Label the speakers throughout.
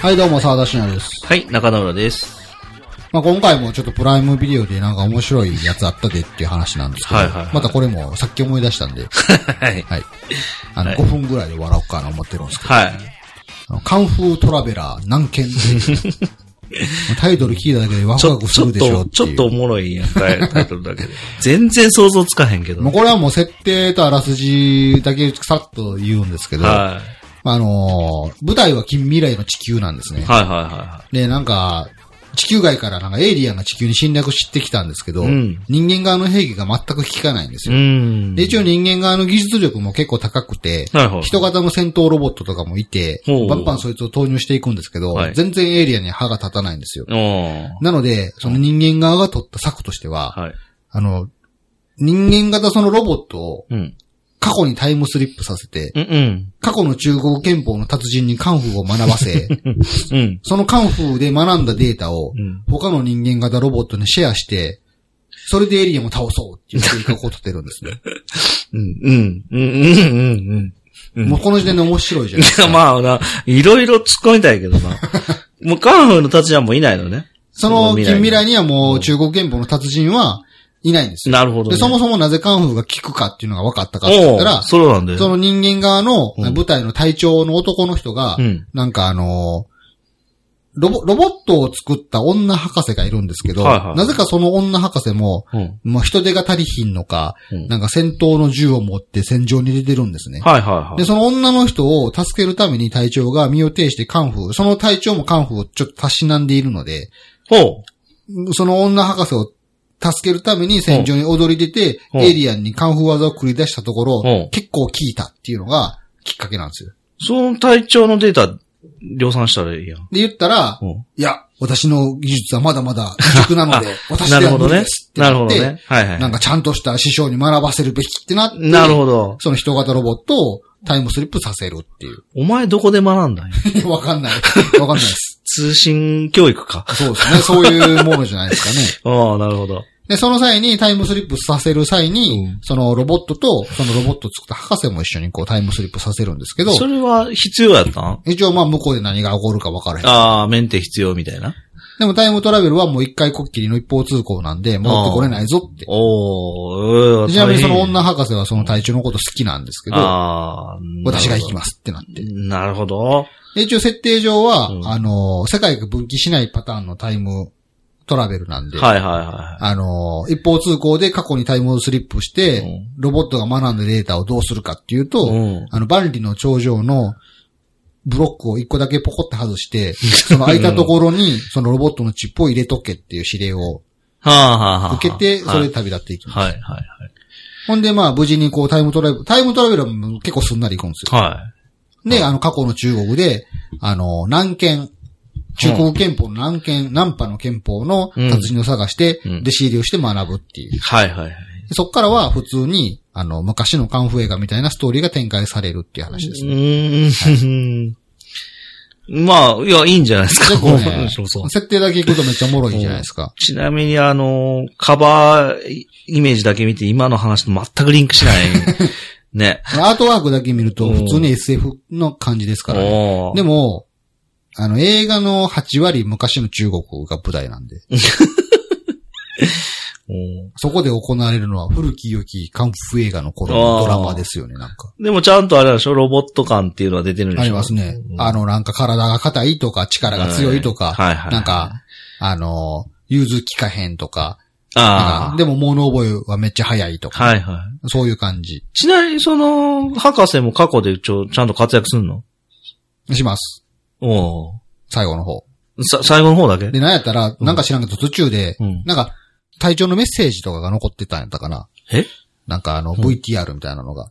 Speaker 1: はい、どうも、沢田信也です。
Speaker 2: はい、中野浦です。
Speaker 1: まあ、今回もちょっとプライムビデオでなんか面白いやつあったでっていう話なんですけど、
Speaker 2: はいはいはい
Speaker 1: またこれもさっき思い出したんで、
Speaker 2: はい。
Speaker 1: はい。あの、5分ぐらいで笑おうかな思ってるんですけど、
Speaker 2: はい。
Speaker 1: あのカンフートラベラー何件 タイトル聞いただけでワ
Speaker 2: ち
Speaker 1: クワ
Speaker 2: ょ
Speaker 1: ク
Speaker 2: ち
Speaker 1: す
Speaker 2: ょ
Speaker 1: る
Speaker 2: っ
Speaker 1: でしょ
Speaker 2: と、
Speaker 1: って
Speaker 2: ちょ
Speaker 1: い
Speaker 2: っ
Speaker 1: う。
Speaker 2: とおもろいやんか、タイトルだけで。全然想像つかへんけど。
Speaker 1: もう
Speaker 2: はい。
Speaker 1: これはもう設定とあらすじだけさっと言うんですけど、
Speaker 2: は
Speaker 1: あのー舞台は近未来の地球なんですね
Speaker 2: い。はいは
Speaker 1: で、なんか、地球外からなんかエイリアンが地球に侵略してきたんですけど、
Speaker 2: うん
Speaker 1: 人間側の兵器が全く効かないんです
Speaker 2: いはい。う
Speaker 1: よ。
Speaker 2: ん
Speaker 1: で、。一応人間側の技術力も結構高くて、
Speaker 2: なるほど。
Speaker 1: 人型の戦闘ロボットとかもいて、
Speaker 2: ほう
Speaker 1: バンバンそいつを投入していくんですけど、
Speaker 2: はい
Speaker 1: 全然エイリアンに歯が立たないんですよ。
Speaker 2: おー
Speaker 1: なので、その人間側が取った策としては、
Speaker 2: はい。
Speaker 1: あの、人間型そのロボットを
Speaker 2: うん。
Speaker 1: 過去にタイムスリップさせて、
Speaker 2: うんうん。
Speaker 1: 過去の中国憲法の達人にカンフーを学ば せ、
Speaker 2: うん。
Speaker 1: そのカンフーで学んだデータを
Speaker 2: うん、
Speaker 1: 他の人間型ロボットにシェアして、それでエイリアンを倒そうっていう計画を立てるんですね。
Speaker 2: うん。うん。うん。うん。うん。 うん
Speaker 1: もうこの時点で面白いじゃないです
Speaker 2: いや、
Speaker 1: か。
Speaker 2: まあな、いろいろ突っ込みたいけどな。もうカンフーの達人はもういないのね。
Speaker 1: その近未来
Speaker 2: に。
Speaker 1: にはもう中国憲法の達人はいないんですよ。
Speaker 2: なるほど、
Speaker 1: で、
Speaker 2: ね。
Speaker 1: そもそもなぜカンフーが効くかっていうのが分かったかって言った
Speaker 2: おう
Speaker 1: ら、
Speaker 2: そうなんだよ。
Speaker 1: その人間側の
Speaker 2: うん
Speaker 1: 舞台の隊長の男の人が
Speaker 2: う、ん。
Speaker 1: なんかあのーロボ、ロボットを作った女博士がいるんですけど、
Speaker 2: はいはい
Speaker 1: なぜかその女博士も、
Speaker 2: うん。
Speaker 1: もう人手が足りひんのか、
Speaker 2: うん
Speaker 1: なんか戦闘の銃を持って戦場に出てるんですね。
Speaker 2: はいはいはい。
Speaker 1: で、その女の人を助けるために隊長が身を挺してカンフー、その隊長もカンフーをちょっとたしなんでいるので、
Speaker 2: ほ
Speaker 1: その女博士を助けるために戦場に踊り出て、
Speaker 2: うん
Speaker 1: エイリアンにカンフー技を繰り出したとこ
Speaker 2: う
Speaker 1: ろ
Speaker 2: ん、
Speaker 1: 結構効いたっていうのがきっかけなんですよ。
Speaker 2: う。その体調のデータ、量産したらいいやん。
Speaker 1: で、言ったら、
Speaker 2: ほう
Speaker 1: いや、私の技術はまだまだ未熟なので、私
Speaker 2: な
Speaker 1: で
Speaker 2: る
Speaker 1: は
Speaker 2: ほど
Speaker 1: 無理
Speaker 2: ね
Speaker 1: です。って
Speaker 2: なる
Speaker 1: な
Speaker 2: ほ
Speaker 1: っ
Speaker 2: ど
Speaker 1: て、
Speaker 2: ね。はいはい。
Speaker 1: なんかちゃんとした師匠に学ばせるべきってなって、
Speaker 2: なるほど。
Speaker 1: その人型ロボットをタイムスリップさせるっていう。
Speaker 2: お前どこで学んだんや
Speaker 1: いや わかんない。わかんないです。
Speaker 2: 通信教育か。
Speaker 1: そうです ね。そういうものじゃないですかね。
Speaker 2: ああ、なるほど。
Speaker 1: で、その際にタイムスリップさせる際に、
Speaker 2: うん
Speaker 1: そのロボットと、そのロボットを作った博士も一緒にこうタイムスリップさせるんですけど、
Speaker 2: それは必要やったん
Speaker 1: 一応まあ向こうで何が起こるか分からへん。
Speaker 2: ああ、メンテ必要みたいな。
Speaker 1: でもタイムトラベルはもう一回こっきりの一方通行なんで、戻ってこれないぞって。
Speaker 2: おー、うー
Speaker 1: ちなみにその
Speaker 2: 大変
Speaker 1: 女博士はその隊長のこと好きなんですけど、
Speaker 2: ああ、
Speaker 1: 私が行き
Speaker 2: ま
Speaker 1: ますってなって。。
Speaker 2: なるほど。
Speaker 1: で一応設定上は、
Speaker 2: うん
Speaker 1: あのー、世界が分岐しないパターンのタイムトラベルなんで、
Speaker 2: はいはいは
Speaker 1: あのー、一方通行で過去にタイムスリップして、
Speaker 2: うん
Speaker 1: ロボットが学んだデータをどうするかっていうと、
Speaker 2: い。うん。
Speaker 1: あの、万里の頂上のブロックを一個だけポコって外して、その空いたところ に、そのロボットのチップを入れとけっていう指令を
Speaker 2: はあはあはあ。
Speaker 1: 受けて、それ
Speaker 2: はい
Speaker 1: で旅立っていきます。
Speaker 2: はいはい。
Speaker 1: ほんで、まあ、無事にこうタイムトラベル、タイムトラベルも結構すんなり行くんですよ。
Speaker 2: は
Speaker 1: で、あの、過去の中国で、あの、南県、中国憲法の南県、南波の憲法の達人を探して、
Speaker 2: うん
Speaker 1: 弟子入りをして学ぶっていう。
Speaker 2: い。はいはいはい。
Speaker 1: でそっからは普通に、あの、昔のカンフー映画みたいなストーリーが展開されるっていう話ですね。
Speaker 2: うーん。まあ、いや、いいんじゃないですか。
Speaker 1: 結構 ね
Speaker 2: そうそう。
Speaker 1: 設定だけ行くとめっちゃおもろいじゃないですか。
Speaker 2: ちなみに、あの、カバーイメージだけ見て、今の話と全くリンクし ない。ね。
Speaker 1: アートワークだけ見ると
Speaker 2: うん
Speaker 1: 普通に SF の感じですからね。
Speaker 2: おー
Speaker 1: でも、あの、映画の8割昔の中国が舞台なんで、
Speaker 2: おー
Speaker 1: そこで行われるのは古き良きカンフー映画の頃のドラマですよね、なんか。
Speaker 2: でも、ちゃんとあれでしょロボット感っていうのは出てるんでしょ
Speaker 1: ありますね
Speaker 2: う。ん
Speaker 1: あの、なんか体が硬いとか、力が強いとか、
Speaker 2: はいはいはい
Speaker 1: なんか、あの、融通きかへんとか、なん
Speaker 2: あ
Speaker 1: か
Speaker 2: あ。
Speaker 1: でも物覚えはめっちゃ早いとか、
Speaker 2: はいはい。
Speaker 1: そういう感じ
Speaker 2: ちなみに、その、博士も過去でちょ、ちゃんと活躍するの
Speaker 1: します。
Speaker 2: おー
Speaker 1: 最後の方。
Speaker 2: さ、最後の方だけ
Speaker 1: で、なんやったら、
Speaker 2: ん
Speaker 1: なんか知らんけど途中で、
Speaker 2: うん。
Speaker 1: なんか、隊長のメッセージとかが残ってたんやったかな。
Speaker 2: え
Speaker 1: なんかあの、
Speaker 2: うん
Speaker 1: VTR みたいなのが。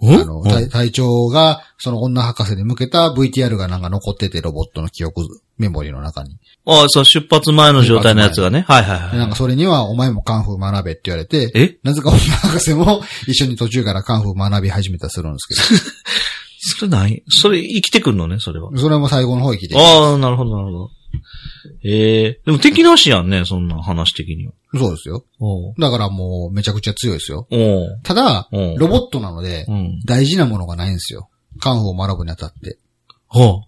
Speaker 2: う
Speaker 1: あの、隊隊長が、その女博士に向けた VTR がなんか残ってて、ロボットの記憶、メモリの中に。
Speaker 2: ああ、そう、出発前の状態のやつがね。はいはいは
Speaker 1: で
Speaker 2: い。
Speaker 1: なんかそれには、お前もカンフー学べって言われて、
Speaker 2: え
Speaker 1: なぜか女博士も一緒に途中からカンフー学び始めたりするんです
Speaker 2: それないそれ生きてくるのね、それは
Speaker 1: け。ど、それも最後の方へ来て、
Speaker 2: ああ、なるほど、なるほど。ええでも敵なしやんね、そんな話的には。
Speaker 1: そうですよ。
Speaker 2: おう
Speaker 1: だからもう、めちゃくちゃ強いですよ。
Speaker 2: おう
Speaker 1: ただ、
Speaker 2: おう
Speaker 1: ロボットなので
Speaker 2: う、ん。
Speaker 1: 大事なものがないんですよ。カンフーを学ぶにあたって。
Speaker 2: ほ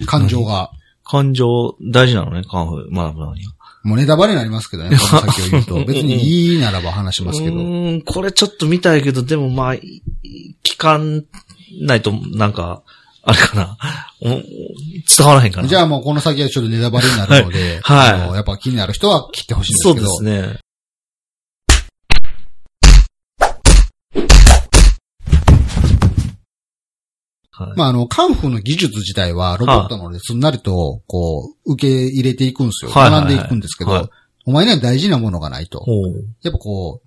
Speaker 2: う。
Speaker 1: 感情が。
Speaker 2: 感情、大事なのね、カンフー学ぶのには。
Speaker 1: もうネタバレになりますけ どね、この先を言うと。別にいいならば話しますけ
Speaker 2: う
Speaker 1: ど。
Speaker 2: ーん、これちょっと見たいけど、でもまあ、い聞かないと、なんか、あれかな。 お伝わらへんかな。
Speaker 1: じゃあもうこの先はちょっとネタバレになるので、
Speaker 2: はいはい
Speaker 1: あのやっぱ気になる人は切ってほしいんです
Speaker 2: そう
Speaker 1: け
Speaker 2: で
Speaker 1: ど。
Speaker 2: すね。はい
Speaker 1: まあ、あの、カンフーの技術自体は、ロボットなので、すんなりと、こう、受け入れていくんですよ。
Speaker 2: はいはいはい
Speaker 1: 学んでいくんですけど、
Speaker 2: はい
Speaker 1: お前には大事なものがないと。
Speaker 2: ほう
Speaker 1: やっぱこう、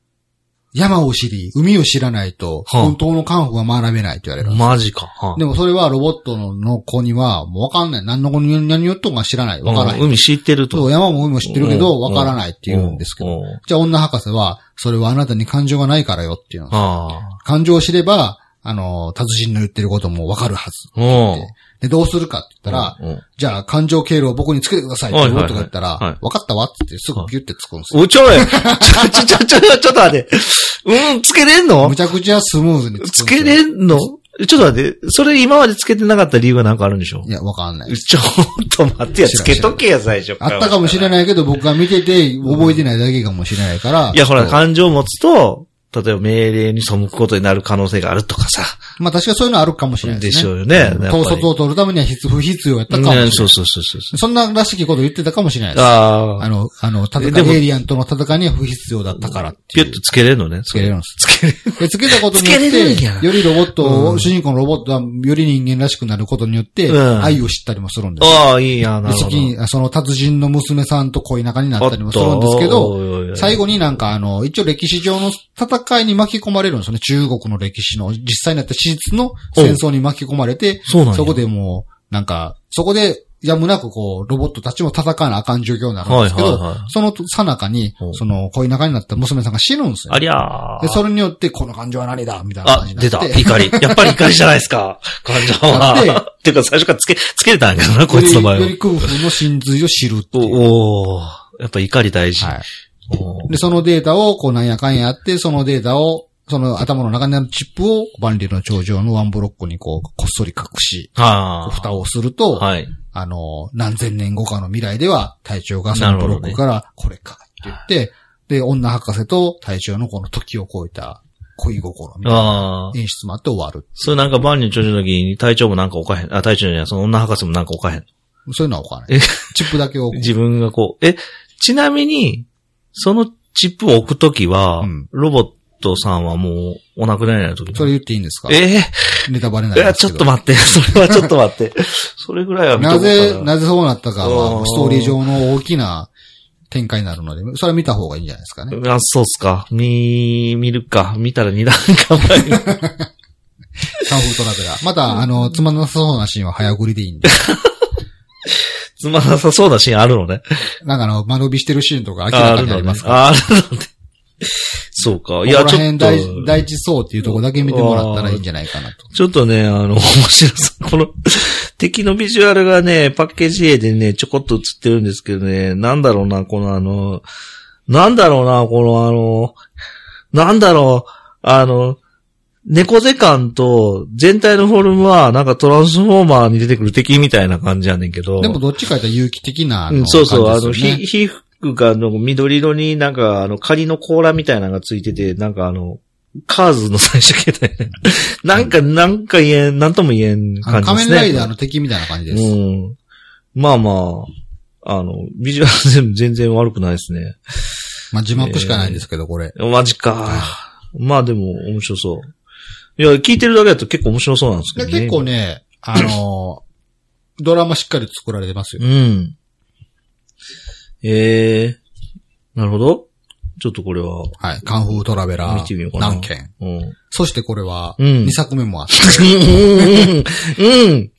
Speaker 1: 山を知り、海を知らないと、
Speaker 2: はあ
Speaker 1: 本当のカンフーは学べないと言われる。
Speaker 2: マジか。は
Speaker 1: でもそれはロボットの子には、もうわかんない。何の子に何を言っとんか知らない。わからない。
Speaker 2: うん海知ってると。
Speaker 1: そう、山も海も知ってるけ
Speaker 2: う
Speaker 1: ど、
Speaker 2: ん
Speaker 1: わからないって言うんですけ
Speaker 2: う
Speaker 1: ど。
Speaker 2: んうん
Speaker 1: じゃあ女博士は、それはあなたに感情がないからよっていうの。
Speaker 2: あ
Speaker 1: 感情を知れば、あの、達人の言ってることもわかるはず。
Speaker 2: あ。うん。
Speaker 1: で、どうするかって言ったら、
Speaker 2: うん、
Speaker 1: じゃあ、感情経路を僕につけてくださいって
Speaker 2: はい
Speaker 1: ロ
Speaker 2: はい
Speaker 1: ボ
Speaker 2: はい
Speaker 1: ットが言ったら、
Speaker 2: はい
Speaker 1: 分かったわって言ってすぐギュって突っ込むんですよ。
Speaker 2: おちょいちょ、ちょ、ちょ、ちょ、ちょっと待って。うん、つけれんの
Speaker 1: むちゃくちゃスムーズに突
Speaker 2: つ
Speaker 1: っ込むん
Speaker 2: け
Speaker 1: ですよ
Speaker 2: れんのちょっと待って。それ今までつけてなかった理由がなんかあるんでしょ
Speaker 1: いや、わかんない。
Speaker 2: ちょっと待ってや、
Speaker 1: 知ら
Speaker 2: つ
Speaker 1: ん
Speaker 2: けとけや、最初
Speaker 1: あったかもしれないけど、僕が見てて覚えてないだけかもしれないから。
Speaker 2: いや、ほら、
Speaker 1: ちょっと
Speaker 2: 感情を持つと、例えば命令に背くことになる可能性があるとかさ。
Speaker 1: まあ確かにそういうのあるかもしれない
Speaker 2: で
Speaker 1: です
Speaker 2: し
Speaker 1: ね。
Speaker 2: ょうよね。やっぱり
Speaker 1: 統率を取るためには必不必要やったかもしれな
Speaker 2: う
Speaker 1: い
Speaker 2: ん。そうそうそうそうそう。
Speaker 1: そんならしきこと言ってたかもしれないです。
Speaker 2: あ
Speaker 1: あ
Speaker 2: あ。
Speaker 1: の、あの、戦
Speaker 2: えでも
Speaker 1: い、エイリアンとの戦いには不必要だったからって
Speaker 2: ピ
Speaker 1: い
Speaker 2: ュッ
Speaker 1: う。
Speaker 2: とつけれるのね。
Speaker 1: つけれるんです。
Speaker 2: つけれる。
Speaker 1: でつけたことによっ
Speaker 2: つけれるんや
Speaker 1: て、よりロボットを、主人公のロボットはより人間らしくなることによって
Speaker 2: う、ん
Speaker 1: 愛を知ったりもするんですよ。
Speaker 2: ああ、いいや、な
Speaker 1: で
Speaker 2: る
Speaker 1: 好
Speaker 2: ほど
Speaker 1: き。に、あその達人の娘さんと恋仲になったりもするんですけど、
Speaker 2: ど
Speaker 1: 最後になんかあの、一応歴史上の戦いに巻き込まれるんですよね。中国の歴史の、実際になった史実の戦争に巻き込まれて、
Speaker 2: そうなんや
Speaker 1: そこでもう、なんか、そこで、やむなくこう、ロボットたちも戦わなあかん状況になるんですけ
Speaker 2: はい
Speaker 1: ど
Speaker 2: はいは、
Speaker 1: そのさなかに
Speaker 2: う、ん
Speaker 1: その恋仲になった娘さんが死ぬんですよ
Speaker 2: あ。りゃー
Speaker 1: で、それによって、この感情は何だみたいな
Speaker 2: あ
Speaker 1: 感じ、にな
Speaker 2: 出
Speaker 1: って。
Speaker 2: た。怒 り。やっぱり怒りじゃないですか。感情
Speaker 1: だ
Speaker 2: は。っていうか、最初からつけ、つけてたんやけどな、こいつの場合
Speaker 1: よりよ
Speaker 2: は
Speaker 1: り空腹の真髄を知るっていう。
Speaker 2: おおーやっぱ怒り大事。
Speaker 1: はい。
Speaker 2: おー
Speaker 1: で、そのデータを、こう、なんやかんやあって、そのデータを、その頭の中にあるチップを、万里の頂上のワンブロックに、こう、こっそり隠し、
Speaker 2: ああ。
Speaker 1: 蓋をすると、
Speaker 2: はい。
Speaker 1: あの、何千年後かの未来では、隊長がそのブロックから、これか、って言って、で、女博士と隊長のこの時を超えた恋心みたいな
Speaker 2: ああ。
Speaker 1: 演出もあって終わる。
Speaker 2: それなんか万人長寿の時に体調もなんかおかへん。あ、体調じゃない、その女博士もなんかおかへん。
Speaker 1: そういうのはわからな
Speaker 2: え
Speaker 1: い。チップだけ を、
Speaker 2: 自分がこう、え、ちなみに、そのチップを置くときは、
Speaker 1: うん
Speaker 2: ロボットさんはもうお亡くなりになるとき
Speaker 1: それ言っていいんですか
Speaker 2: ええ
Speaker 1: ネタバレにないりま
Speaker 2: や、
Speaker 1: すけ
Speaker 2: ち
Speaker 1: ど。
Speaker 2: ょっと待って。それはちょっと待って。 それぐらいは見とこ
Speaker 1: な
Speaker 2: うか
Speaker 1: ぜ、なぜそうなったか
Speaker 2: う
Speaker 1: は、
Speaker 2: ん
Speaker 1: ストーリー上の大きな展開になるので、それは見た方がいいんじゃないですかね。
Speaker 2: あ、そうっすか。見、見るか。見たら二段構
Speaker 1: カン
Speaker 2: え。
Speaker 1: フートラベラー。また、あの、つまんなさそうなシーンは早送りでいいんで。
Speaker 2: つまらなさそうなシーンあるのね。
Speaker 1: なんかあの、間延びしてるシーンとか明
Speaker 2: あ
Speaker 1: ら
Speaker 2: あ
Speaker 1: か
Speaker 2: る
Speaker 1: にあ
Speaker 2: の
Speaker 1: り
Speaker 2: ね
Speaker 1: ます。から。
Speaker 2: ああるのね。そうか。い
Speaker 1: いや、
Speaker 2: や、
Speaker 1: ここ
Speaker 2: ち
Speaker 1: ら
Speaker 2: ょっ
Speaker 1: 辺
Speaker 2: と。
Speaker 1: 第一第一層っていうとこだけ見てもらったらいいんじゃないかなと。
Speaker 2: ちょっとね、あの、面白さ、 この、敵のビジュアルがね、パッケージ絵でね、ちょこっと映ってるんですけどね、なんだろうな、このあの、なんだろうな、このあの、なんだろう、あの、猫背感と、全体のフォルムは、なんかトランスフォーマーに出てくる敵みたいな感じやねんけど。
Speaker 1: でも、どっちか言ったら有機的な、あ
Speaker 2: う
Speaker 1: の
Speaker 2: ん、そうそう、あ
Speaker 1: 感
Speaker 2: の、
Speaker 1: じですよね
Speaker 2: ひ皮膚が、あの、緑色になんか、あの、仮の甲羅みたいなのがついてて、なんかあの、カーズの最初形態。なんか、なんか言えん、なんとも言えん
Speaker 1: あの
Speaker 2: 感じで
Speaker 1: 仮
Speaker 2: す
Speaker 1: 面
Speaker 2: ね。
Speaker 1: ライダーの敵みたいな感じです。
Speaker 2: うん。まあまあ、あの、ビジュアル全部全然悪くないですね。
Speaker 1: まあ、字幕しかないんですけど、これ。
Speaker 2: マジか。まあでも、面白そう。いや、聞いてるだけだと結構面白そうなんですけ
Speaker 1: で
Speaker 2: どね。
Speaker 1: 結構。ね、 あの、ドラマしっかり作られてますよ。
Speaker 2: うん。ええなるほど。ちょっとこれは、
Speaker 1: はい。カンフートラベラ
Speaker 2: 見てみよう
Speaker 1: ー、
Speaker 2: かな
Speaker 1: 何件。
Speaker 2: うん。
Speaker 1: そしてこれは、
Speaker 2: うん
Speaker 1: 2作目 もあって、
Speaker 2: うん。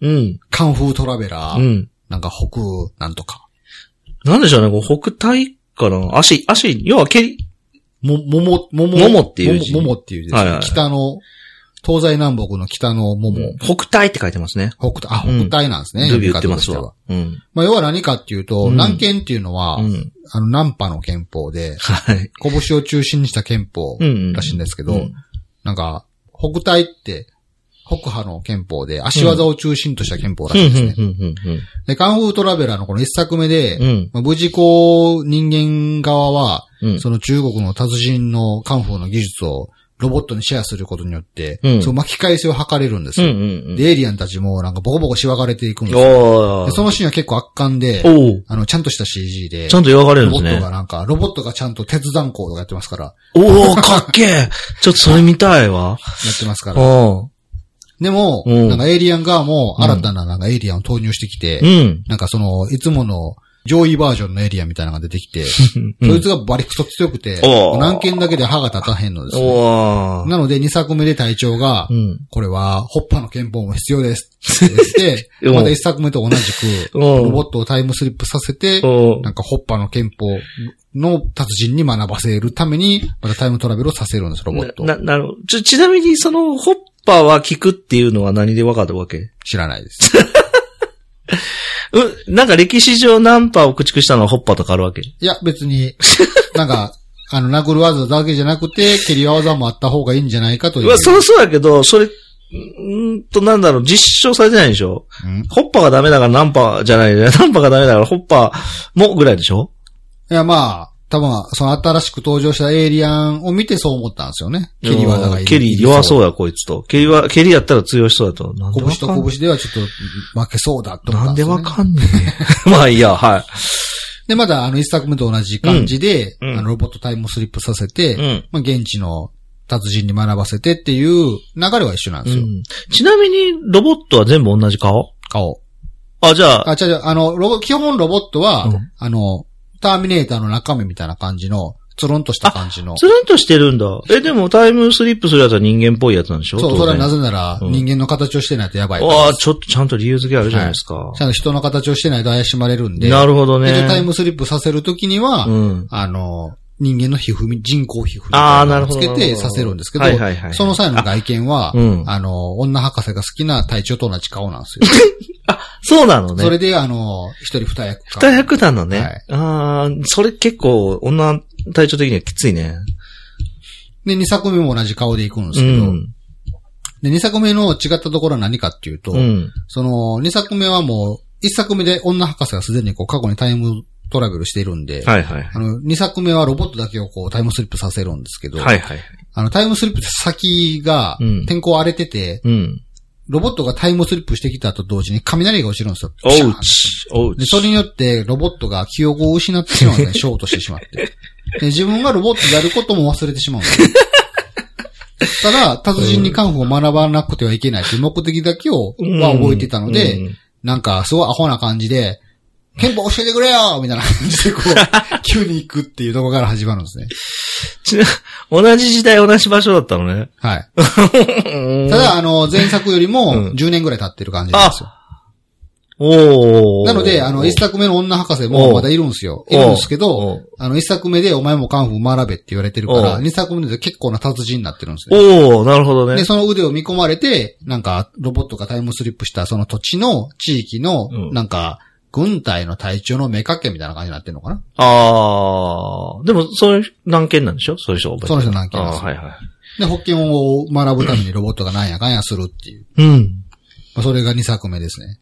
Speaker 2: うん。
Speaker 1: カンフートラベラ
Speaker 2: う
Speaker 1: ー、
Speaker 2: ん。
Speaker 1: なんか北欧なんとか、
Speaker 2: なんでしょうね、これ北体かな足、足、要は蹴り。
Speaker 1: も、もも、もも、
Speaker 2: 桃っていう字
Speaker 1: もももっていう字ですね
Speaker 2: はいはいはい
Speaker 1: 北の、東西南北の北のもも、
Speaker 2: 北体って書いてますね。
Speaker 1: 北東、あ、
Speaker 2: うん
Speaker 1: 北体なんですね。
Speaker 2: ルビ
Speaker 1: 呼
Speaker 2: ー言
Speaker 1: び
Speaker 2: って
Speaker 1: 方
Speaker 2: ま
Speaker 1: とし
Speaker 2: す
Speaker 1: ては
Speaker 2: わ。。うん。
Speaker 1: まあ、要は何かっていうと、
Speaker 2: うん
Speaker 1: 南県っていうのは、
Speaker 2: うん。
Speaker 1: あの、南波の憲法で、
Speaker 2: はい。
Speaker 1: 拳を中心にした憲法
Speaker 2: うん。
Speaker 1: らしいんですけ
Speaker 2: け
Speaker 1: ど、なんか、北体って、北派の憲法で、足技を中心とした憲法らしいんですね。
Speaker 2: うんうんうん
Speaker 1: で、カンフートラベラーのこの一作目で、
Speaker 2: うん
Speaker 1: まあ無事こう、人間側は、
Speaker 2: うん
Speaker 1: その中国の達人のカンフーの技術をロボットにシェアすることによって、
Speaker 2: うん
Speaker 1: その巻き返しを図れるんです
Speaker 2: うんう
Speaker 1: よ。
Speaker 2: んうん。
Speaker 1: で、エイリアンたちもなんかボコボコしわがれていくんですよ。
Speaker 2: お
Speaker 1: でそ
Speaker 2: ー
Speaker 1: のシーンは結構圧巻で、
Speaker 2: おう
Speaker 1: あの、ちゃんとした CG で、
Speaker 2: ちゃんと描かれる
Speaker 1: ロ
Speaker 2: んで
Speaker 1: ボ
Speaker 2: す
Speaker 1: ット
Speaker 2: ね
Speaker 1: が。なんか、ロボットがちゃんと鉄断工とかやってますから、
Speaker 2: おおかっけえちょっとそれ見たいわ。
Speaker 1: やってますから。
Speaker 2: お
Speaker 1: でも、
Speaker 2: うん
Speaker 1: なんかエイリアン側も新たななんかエイリアンを投入してきて、
Speaker 2: うん。
Speaker 1: なんかその、いつもの上位バージョンのエイリアンみたいなのが出てきて、そいつがバリクソ強くて、
Speaker 2: おー
Speaker 1: 何件だけで歯が立たへんのです、ね。
Speaker 2: おー
Speaker 1: なので2作目で隊長が、
Speaker 2: うん。
Speaker 1: これは、ホッパの憲法も必要です。って言っ
Speaker 2: お
Speaker 1: て、
Speaker 2: う
Speaker 1: また1作目と同じく、
Speaker 2: おう
Speaker 1: ロボットをタイムスリップさせて、
Speaker 2: お
Speaker 1: なんかホッパの憲法の達人に学ばせるために、またタイムトラベルをさせるんです、ロボット。
Speaker 2: な、なるほど。ちょ、ちなみに、その、ホッパーは効くっていうのは何で分かったわけ
Speaker 1: 知らないです。
Speaker 2: うん、なんか歴史上ナンパを駆逐したのはホッパーとかあるわけ
Speaker 1: いや、別に、なんか、あの、殴る技だけじゃなくて、蹴り技もあった方がいいんじゃないかという。
Speaker 2: まあ、そりそうだけど、それ、うーんと、なんだろう、実証されてないでしょ
Speaker 1: うん
Speaker 2: ホッパーがダメだからナンパじゃない、 ナンパがダメだからホッパーもぐらいでしょ
Speaker 1: いや、まあ、多分、その新しく登場したエイリアンを見てそう思ったんですよね。蹴り技がいい。
Speaker 2: ケリー弱そう
Speaker 1: う。
Speaker 2: や、こいつと。ケリーは、ケリーやったら強い人だと。なんで
Speaker 1: 拳
Speaker 2: わか
Speaker 1: と
Speaker 2: ん
Speaker 1: 拳ではちょっと負けそうだと思っ
Speaker 2: な
Speaker 1: た
Speaker 2: ん
Speaker 1: んで
Speaker 2: で
Speaker 1: すよ、
Speaker 2: わ
Speaker 1: ね。
Speaker 2: かんねえ。 まあいい や、は
Speaker 1: で、まだあの一作目と同じ感じで、
Speaker 2: うんうん
Speaker 1: あのロボットタイムスリップさせて、
Speaker 2: い。うん。
Speaker 1: まあ現地の達人に学ばせてっていう流れは一緒なん
Speaker 2: う
Speaker 1: ですよ。
Speaker 2: ん、ちなみに、ロボットは全部同じ顔
Speaker 1: 顔。
Speaker 2: あ、じゃあ、
Speaker 1: あ、違う違う、あの、ロボ、基本ロボットは、
Speaker 2: うん
Speaker 1: あの、ターミネーターの中身みたいな感じの、つるんとした感じの。
Speaker 2: つるんとしてるんだ。え、でもタイムスリップするやつは人間っぽいやつなんでしょ
Speaker 1: そう、それはなぜなら、
Speaker 2: うん
Speaker 1: 人間の形をしてないとやばいから
Speaker 2: わあちょっとちゃんと理由付けあるじゃないですか。
Speaker 1: ちゃんと人の形をしてないと怪しまれるんで。
Speaker 2: なるほどね
Speaker 1: で。タイムスリップさせるときには、
Speaker 2: うん。
Speaker 1: あの、人間の皮膚み、人工皮膚み
Speaker 2: あ
Speaker 1: た
Speaker 2: あ、
Speaker 1: いな
Speaker 2: な
Speaker 1: の
Speaker 2: る
Speaker 1: を
Speaker 2: ほ
Speaker 1: つ
Speaker 2: ど。
Speaker 1: け
Speaker 2: なる
Speaker 1: て
Speaker 2: ほど
Speaker 1: させるんですけど、
Speaker 2: はいはいはい。
Speaker 1: その際の外見は、あ,、
Speaker 2: うん
Speaker 1: の、女博士が好きな隊長と同じ顔なんですよ。
Speaker 2: そうなのね。
Speaker 1: それで、あの、一人二役か。
Speaker 2: 二百なのね。
Speaker 1: はい
Speaker 2: ああ、それ結構、女体調的にはきついね。
Speaker 1: で、二作目も同じ顔で行くんで
Speaker 2: う
Speaker 1: すけど、
Speaker 2: ん。
Speaker 1: で、二作目の違ったところは何かっていうと、
Speaker 2: うん。
Speaker 1: その、二作目はもう、一作目で女博士がすでにこう過去にタイムトラベルしているんで、
Speaker 2: はいはい。
Speaker 1: あの、二作目はロボットだけをこうタイムスリップさせるんですけど、
Speaker 2: はいはい。
Speaker 1: あの、タイムスリップって先が
Speaker 2: うん、
Speaker 1: 天候荒れてて、
Speaker 2: うん。
Speaker 1: ロボットがタイムスリップしてきたと同時に雷が落ちるんですよ。
Speaker 2: お
Speaker 1: ピシャーン
Speaker 2: うち、おう
Speaker 1: で、
Speaker 2: ち。
Speaker 1: それによってロボットが記憶を失ってしまうんです ね、ショートしてしまって。で、自分がロボットであることも忘れてしまうんですよ。ただ、達人にカンフーを学ばなくてはいけないという目的だけを、
Speaker 2: うん
Speaker 1: は覚えてたので、
Speaker 2: うん
Speaker 1: なんか、すごいアホな感じで、憲法教えてくれよみたいな感じで、こ う、急に行くっていうところから始まるんですね。
Speaker 2: ちな同じ時代同じ場所だったのね。
Speaker 1: はい。ただ、あの、前作より
Speaker 2: うん
Speaker 1: も10年ぐらい経ってる感じなんですよ。
Speaker 2: おお。
Speaker 1: なので、あの、一作目の女博士
Speaker 2: お
Speaker 1: も
Speaker 2: う
Speaker 1: まだいるんですよ。いるんですけ
Speaker 2: お
Speaker 1: ど
Speaker 2: う、
Speaker 1: あの、一作目でお前もカンフー学べって言われてるか
Speaker 2: お
Speaker 1: ら、
Speaker 2: う
Speaker 1: 二作目で結構な達人になってるんですね。
Speaker 2: おおなるほどね
Speaker 1: で、。その腕を見込まれて、なんか、ロボットがタイムスリップしたその土地の地域の
Speaker 2: う、ん
Speaker 1: なんか、軍隊の隊長の目かけみたいな感じになってるのかな
Speaker 2: ああ、でも、そういう何件なんでしょそういう人が覚えてる
Speaker 1: その人何件なん
Speaker 2: あ
Speaker 1: です
Speaker 2: あー、
Speaker 1: よ
Speaker 2: はいはい。
Speaker 1: で、保険を学ぶためにロボットがなんやかんやするっていう。
Speaker 2: うん。
Speaker 1: まあ、それが2作目ですね。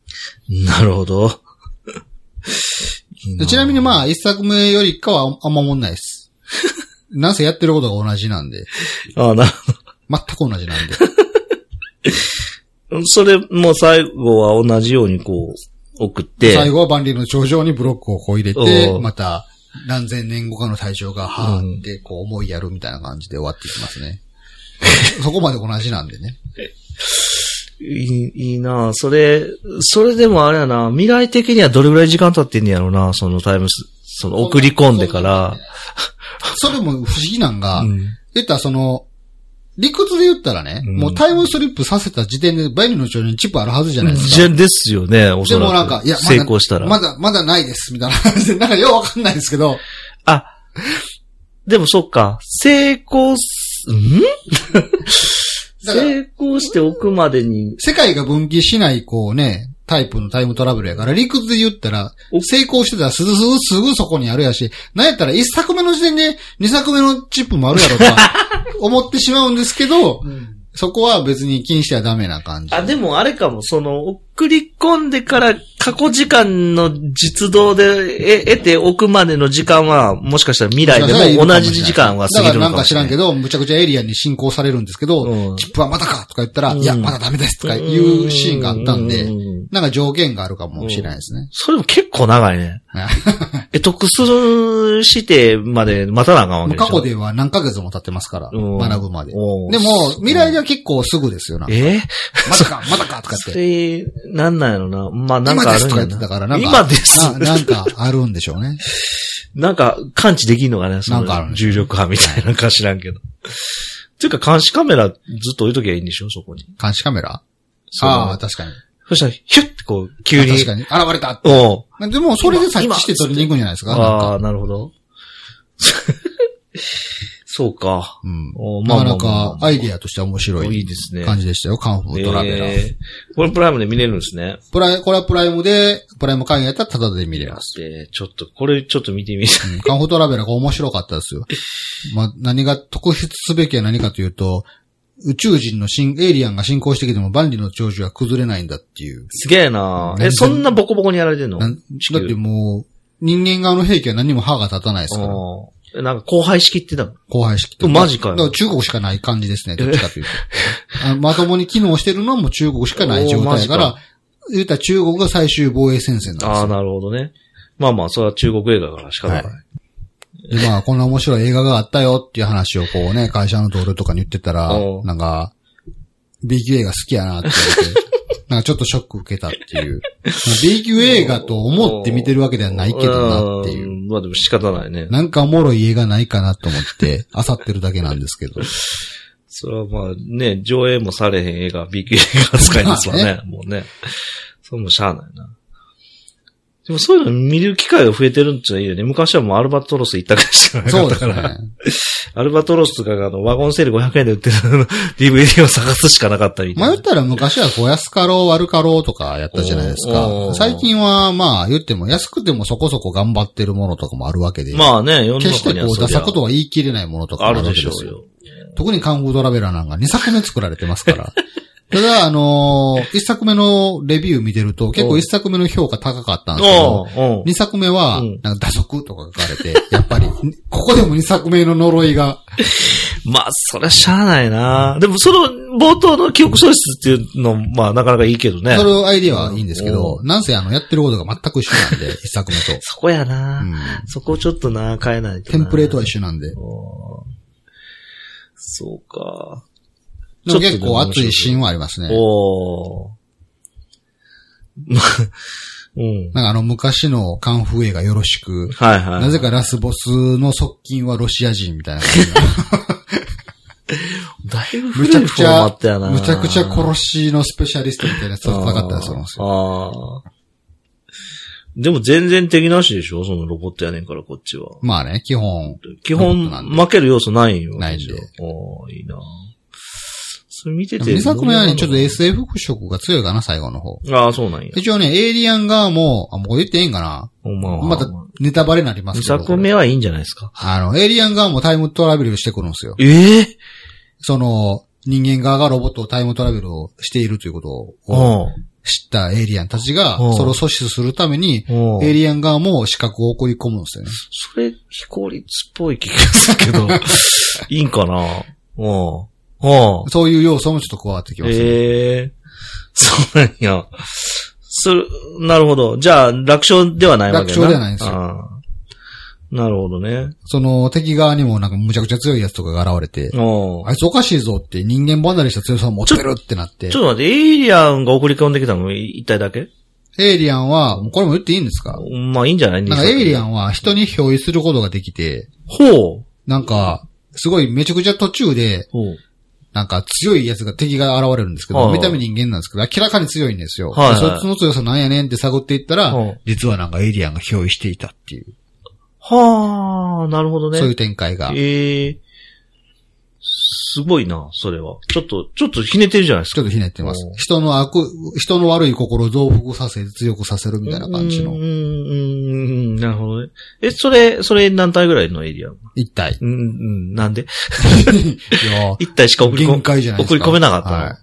Speaker 2: なるほど。いい
Speaker 1: でちなみに
Speaker 2: あ、
Speaker 1: まあ、1作目よりかはあんまもんないです。 なんせやってることが同じなんで。
Speaker 2: ああ、なる
Speaker 1: 全く同じなんで。
Speaker 2: ほどそれも最後は同じようにこう、送って。
Speaker 1: 最後は万里の頂上にブロックをこう入れて
Speaker 2: お、う
Speaker 1: また何千年後かの隊長が、は
Speaker 2: う
Speaker 1: ー
Speaker 2: ん
Speaker 1: ってこう思いやるみたいな感じで終わっていきますね。 そこまで同じなんでね。
Speaker 2: いい、いいなあそれ、それでもあれやな未来的にはどれぐらい時間経ってんねやろうなそのタイムス、その送り込んでから。
Speaker 1: それも不思議なんが、
Speaker 2: うん
Speaker 1: 言ったらその、理屈で言ったらね、
Speaker 2: うん
Speaker 1: もうタイムスリップさせた時点で万里の頂上にチップあるはずじゃないです
Speaker 2: じ
Speaker 1: か。
Speaker 2: ゃ、ですよね、お
Speaker 1: で
Speaker 2: そらく。
Speaker 1: もなんか、いや、まだ
Speaker 2: 成功したら。
Speaker 1: まだ、まだないです、みたいな感じで、なんかようわかんないですけど、
Speaker 2: あ、でもそっか、成功す、 ん
Speaker 1: だから
Speaker 2: 成功しておくまでに、
Speaker 1: 世界が分岐しない、こうね、タイプのタイムトラベルやから、理屈で言ったら
Speaker 2: お、
Speaker 1: 成功してたらすぐすぐすぐそこにあるやし、なんやったら一 作目の時点で二作目のチップもあるやろとか思ってしまうんですけど、そこは別に気にしてはダメな感じ。
Speaker 2: あ、でもあれかも、その、送り込んでから過去時間の実動でえ得ておくまでの時間は、もしかしたら未来でも同じ時間は過ぎる
Speaker 1: だから
Speaker 2: の
Speaker 1: なん
Speaker 2: か
Speaker 1: か
Speaker 2: も
Speaker 1: 知
Speaker 2: し
Speaker 1: ら
Speaker 2: れ
Speaker 1: ん
Speaker 2: な
Speaker 1: け
Speaker 2: い。
Speaker 1: ど、むちゃくちゃエリアに進行されるんですけど、
Speaker 2: うん
Speaker 1: チップはまだかとか言ったら、
Speaker 2: うん
Speaker 1: いや、まだダメですとかいうシーンがあったんで、
Speaker 2: う
Speaker 1: なんか上限があるかもしれないですね。
Speaker 2: それも結構長 いね。え、得するしてまで待たなあかんわけでしょ。
Speaker 1: 過去では何ヶ月も経ってますから、
Speaker 2: うん
Speaker 1: 学ぶまで。
Speaker 2: おー
Speaker 1: でも、未来では結構すぐですよな。
Speaker 2: え
Speaker 1: まだか、まだかとか
Speaker 2: そ
Speaker 1: 言って。
Speaker 2: れ、なんなんやろな。まあ、なん
Speaker 1: 今
Speaker 2: かあ
Speaker 1: です
Speaker 2: るん
Speaker 1: とか
Speaker 2: や
Speaker 1: 言ってたから、な
Speaker 2: な。
Speaker 1: んか、
Speaker 2: 今です。
Speaker 1: ななんかあるんでしょうね。
Speaker 2: なんか、感知できんのかね、その
Speaker 1: なんかあるんです
Speaker 2: 重力波みたいなのか知らんけど。ていうか、監視カメラずっと置いときゃいいんでしょ、そこに。
Speaker 1: 監視カメラ
Speaker 2: その
Speaker 1: ああ、確かに。
Speaker 2: そしたら、ヒュッてこう、急に。
Speaker 1: 確かに。現れた。
Speaker 2: おう
Speaker 1: でも、それで察知して取りに行くんじゃないですか。なんか
Speaker 2: ああ、なるほど。 そうか。
Speaker 1: うん。
Speaker 2: お
Speaker 1: なかなかアイ
Speaker 2: ア
Speaker 1: ディアとしては面白
Speaker 2: いい
Speaker 1: い
Speaker 2: ですね。
Speaker 1: 感じでしたよ。カンフートラベラー。
Speaker 2: えーこれプライムで見れるんですね。
Speaker 1: プライ、これはプライムで、プライム会員やったらタダで見れます。
Speaker 2: えーちょっと、これちょっと見てみたい。
Speaker 1: うんカンフートラベラーが面白かったですよ。まあ、何が特筆すべきは何かというと、宇宙人の新、エイリアンが進行してきても万里の長寿は崩れないんだっていう。
Speaker 2: すげえな
Speaker 1: な
Speaker 2: え、
Speaker 1: ん
Speaker 2: そんなボコボコにやられてんの
Speaker 1: なんだ
Speaker 2: 地球
Speaker 1: ってもう、人間側の兵器は何も歯が立たないですから。
Speaker 2: うんなんか後輩式ってたの
Speaker 1: 後輩式って。
Speaker 2: マジかよ
Speaker 1: だら中国しかない感じですね、どっちかという と。あのまともに機能してるのはもう中国しかない状
Speaker 2: おーマ
Speaker 1: 態
Speaker 2: ジ
Speaker 1: だか、
Speaker 2: から
Speaker 1: 言ったら中国が最終防衛戦線
Speaker 2: あ
Speaker 1: な
Speaker 2: あ、
Speaker 1: んで
Speaker 2: なるほどね。まあまあ、それは中国映画から仕方ない。
Speaker 1: はすよ。で、まあ、こんな面白い映画があったよっていう話をこう ね、会社の同僚とかに言ってたら
Speaker 2: お、う
Speaker 1: なんか、B 級映画好きやなって言 って、なんかちょっとショック受けたっていう。まあ B 級映画と思って見てるわけではないけどなっていう。
Speaker 2: ん。まあでも仕方ないね。
Speaker 1: なんかおもろい映画ないかなと思って、あさってるだけなんですけ ど。
Speaker 2: それはまあね、上映もされへん映画、B 級映画扱いですわ
Speaker 1: ま
Speaker 2: ね。もうね。それもしゃあないな。でもそういうの見る機会が増えてるんちゃいいよね。昔はもうアルバトロス一択しかなか
Speaker 1: そ
Speaker 2: っ
Speaker 1: う
Speaker 2: た
Speaker 1: です
Speaker 2: から。
Speaker 1: ね。
Speaker 2: アルバトロスとかがあの、ワゴンセール500円で売ってる あの DVD を探すしかなかったみたいな。
Speaker 1: 迷ったら昔はこう安かろう悪かろうとかやったじゃないです
Speaker 2: お
Speaker 1: か
Speaker 2: ー。
Speaker 1: 最近はまあ言っても安くてもそこそこ頑張ってるものとかもあるわけで。
Speaker 2: まあね、世の
Speaker 1: 決して
Speaker 2: 中に
Speaker 1: こ
Speaker 2: は
Speaker 1: う
Speaker 2: そ
Speaker 1: 出
Speaker 2: りゃ
Speaker 1: さことは言い切れないものとかも
Speaker 2: あ
Speaker 1: ある
Speaker 2: る
Speaker 1: わ
Speaker 2: で
Speaker 1: け
Speaker 2: し
Speaker 1: で
Speaker 2: ょ
Speaker 1: す
Speaker 2: う
Speaker 1: よ。
Speaker 2: よ。
Speaker 1: 特にカンフードラベラなんか2作目作られてます から。ただ、あのー、1作目のレビュー見てると結構1作目の評価高かったんですけど、
Speaker 2: うんうん
Speaker 1: 2作目は
Speaker 2: うん、
Speaker 1: なんか打足とか書かれて、やっぱり、ここでも2作目の呪いが、
Speaker 2: まあ、そりゃしゃあないな。でも、その、冒頭の記憶喪失っていうの、まあ、なかなかいいけどね。
Speaker 1: そ
Speaker 2: そ
Speaker 1: のアイディアはいいんですけど
Speaker 2: う、
Speaker 1: なんせあの、やってることが全く一緒なんで、1作目と。
Speaker 2: こやな、
Speaker 1: うん
Speaker 2: そこをちょっとな、変えないと
Speaker 1: テ
Speaker 2: な。
Speaker 1: ンプレートは
Speaker 2: 一
Speaker 1: 一緒なんで。
Speaker 2: 緒。そうか。
Speaker 1: でも結構熱いシー
Speaker 2: ン。
Speaker 1: ンはありますね。
Speaker 2: おー。 うん。
Speaker 1: なんかあの昔のカンフー映画よろしく、
Speaker 2: はいはい。
Speaker 1: なぜかラスボスの側近はロシア人みたいな感じが。
Speaker 2: だいぶ
Speaker 1: む
Speaker 2: 古
Speaker 1: ちゃ
Speaker 2: い
Speaker 1: く
Speaker 2: フ
Speaker 1: ち
Speaker 2: ォーマ
Speaker 1: ゃ
Speaker 2: ットやな。、
Speaker 1: むちゃくちゃ殺しのスペシャリストみたいなやつと戦ったりするんですよ。
Speaker 2: ああ。でも全然敵なしでしょそのロボットやねんから、こっちは。
Speaker 1: まあね、基本。
Speaker 2: 基本、負ける要素ないよ。
Speaker 1: ないんで
Speaker 2: おーいいなそれ見てて。
Speaker 1: 2作目はね、ちょっと SF 色が強いかな、最後の方。
Speaker 2: ああ、そうなんや。
Speaker 1: 一応ね、エイリアン側も、あ、もう言っていいんかな
Speaker 2: ほんまは
Speaker 1: またネタバレになります
Speaker 2: 二
Speaker 1: けど。
Speaker 2: 作目はいいんじゃないですか。
Speaker 1: あの、エイリアン側もタイムトラベルしてくるんですよ。
Speaker 2: ええ
Speaker 1: その、人間側がロボットをタイムトラベルをしているということを
Speaker 2: お
Speaker 1: 知ったエイリアンたちが、
Speaker 2: うん
Speaker 1: それを阻止するために、
Speaker 2: お
Speaker 1: エイリアン側も資格を送り込むんですよね。
Speaker 2: それ、非効率っぽい気がするけ ど、いいんかなおうおう
Speaker 1: そういう要素もちょっと加わってきますね。
Speaker 2: ええそうなんや。それ、なるほど。じゃあ、楽勝ではないわけだ
Speaker 1: 楽勝ではないんですよ
Speaker 2: あーなるほどね。
Speaker 1: その敵側にもなんかむちゃくちゃ強いやつとかが現れて、
Speaker 2: おう
Speaker 1: あいつおかしいぞって人間離れした強さを持ってるってなって
Speaker 2: ち、ょっと待って、エイリアンが送り込んできたの一体だけ
Speaker 1: エイリアンは、これも言っていいんですか
Speaker 2: まあいいんじゃない
Speaker 1: なんかエイリア
Speaker 2: ン。
Speaker 1: ンは人に憑依することができて、
Speaker 2: ほう。
Speaker 1: なんか、すごいめちゃくちゃ途中で、
Speaker 2: ほう。
Speaker 1: なんか強いやつが敵が現れるんですけ
Speaker 2: は
Speaker 1: ど、
Speaker 2: い
Speaker 1: 見た目人間なんですけど、明らかに強いんですよ。
Speaker 2: はいは
Speaker 1: で
Speaker 2: い
Speaker 1: そいつの強さなんやねんって探っていったら
Speaker 2: はい、
Speaker 1: 実はなんかエイリアンが憑依していたっていう、
Speaker 2: はあ、なるほどね。
Speaker 1: そういう展開が。
Speaker 2: ええすすごいな、それは。ちょっと、ちょっとひねってるじゃないです
Speaker 1: ちょ
Speaker 2: か。
Speaker 1: っとひねってます
Speaker 2: おー。
Speaker 1: 人の悪、人の悪い心を増幅させ、強くさせるみたいな感じ
Speaker 2: う
Speaker 1: の
Speaker 2: ん、うんうん、うんなるほどね。え、それ、それ何体ぐらいのエリア
Speaker 1: 一体。
Speaker 2: うん、うん、なんで
Speaker 1: いや ー
Speaker 2: 一体しか送り込
Speaker 1: 限界じゃないですか。
Speaker 2: 送り込めなかったの、
Speaker 1: は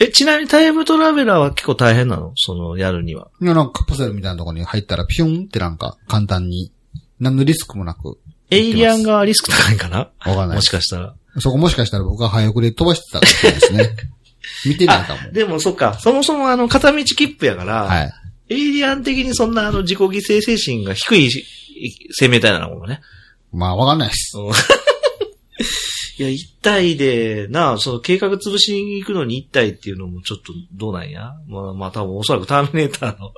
Speaker 2: え、ちなみにタイムトラベラーは結構大変なのその、やるには。
Speaker 1: い。いや、なんかカプセルみたいなところに入ったら、ピュンってなんか、簡単に、何のリスクもなく、
Speaker 2: エイリアンがリスク高いんかな
Speaker 1: わかんない
Speaker 2: も
Speaker 1: で
Speaker 2: し
Speaker 1: す。
Speaker 2: かしたら。
Speaker 1: そこもしかしたら僕が早送りで飛ばしてたかもしれないです ね。見てないかも。
Speaker 2: でもそっか、そもそもあの、片道切符やから、
Speaker 1: はい。
Speaker 2: エイリアン的にそんなあの、自己犠牲精神が低いし生命体なのかもね。
Speaker 1: まあ、わかんないです。
Speaker 2: うんいや、一体で、なあ、その計画潰しに行くのに一体っていうのもちょっとどうなんやまあ、まあ多分おそらくターミネーターの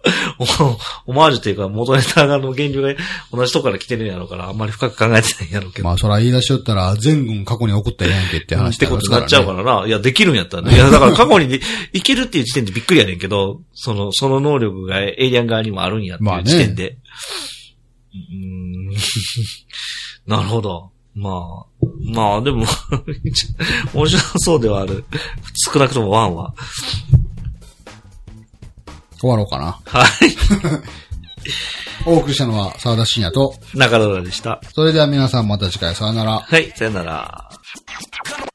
Speaker 2: おオマージュというか元ネタの源流が同じとこから来てるんやろうから、あんまり深く考えてないんやろうけど。
Speaker 1: まあ、そら言い出しよったら、全軍過去に送ったやんけって話
Speaker 2: ってことになっちゃうからな。いや、できるんやったらね。
Speaker 1: うん
Speaker 2: いや、だから過去にでいけるっていう時点でびっくりやねんけど、その、その能力がエイリアン側にもあるんやって
Speaker 1: ま
Speaker 2: い
Speaker 1: あ
Speaker 2: う
Speaker 1: ね
Speaker 2: 時点で。うーん。 なるほど。まあ、まあでも、 面白そうではある。少なくともワンは。
Speaker 1: 終わろうかな。
Speaker 2: はい。
Speaker 1: お送りしたのは、沢田信也と、
Speaker 2: 中野田でした。
Speaker 1: それでは皆さんまた次回、さよなら。
Speaker 2: はい、さよなら。
Speaker 3: Come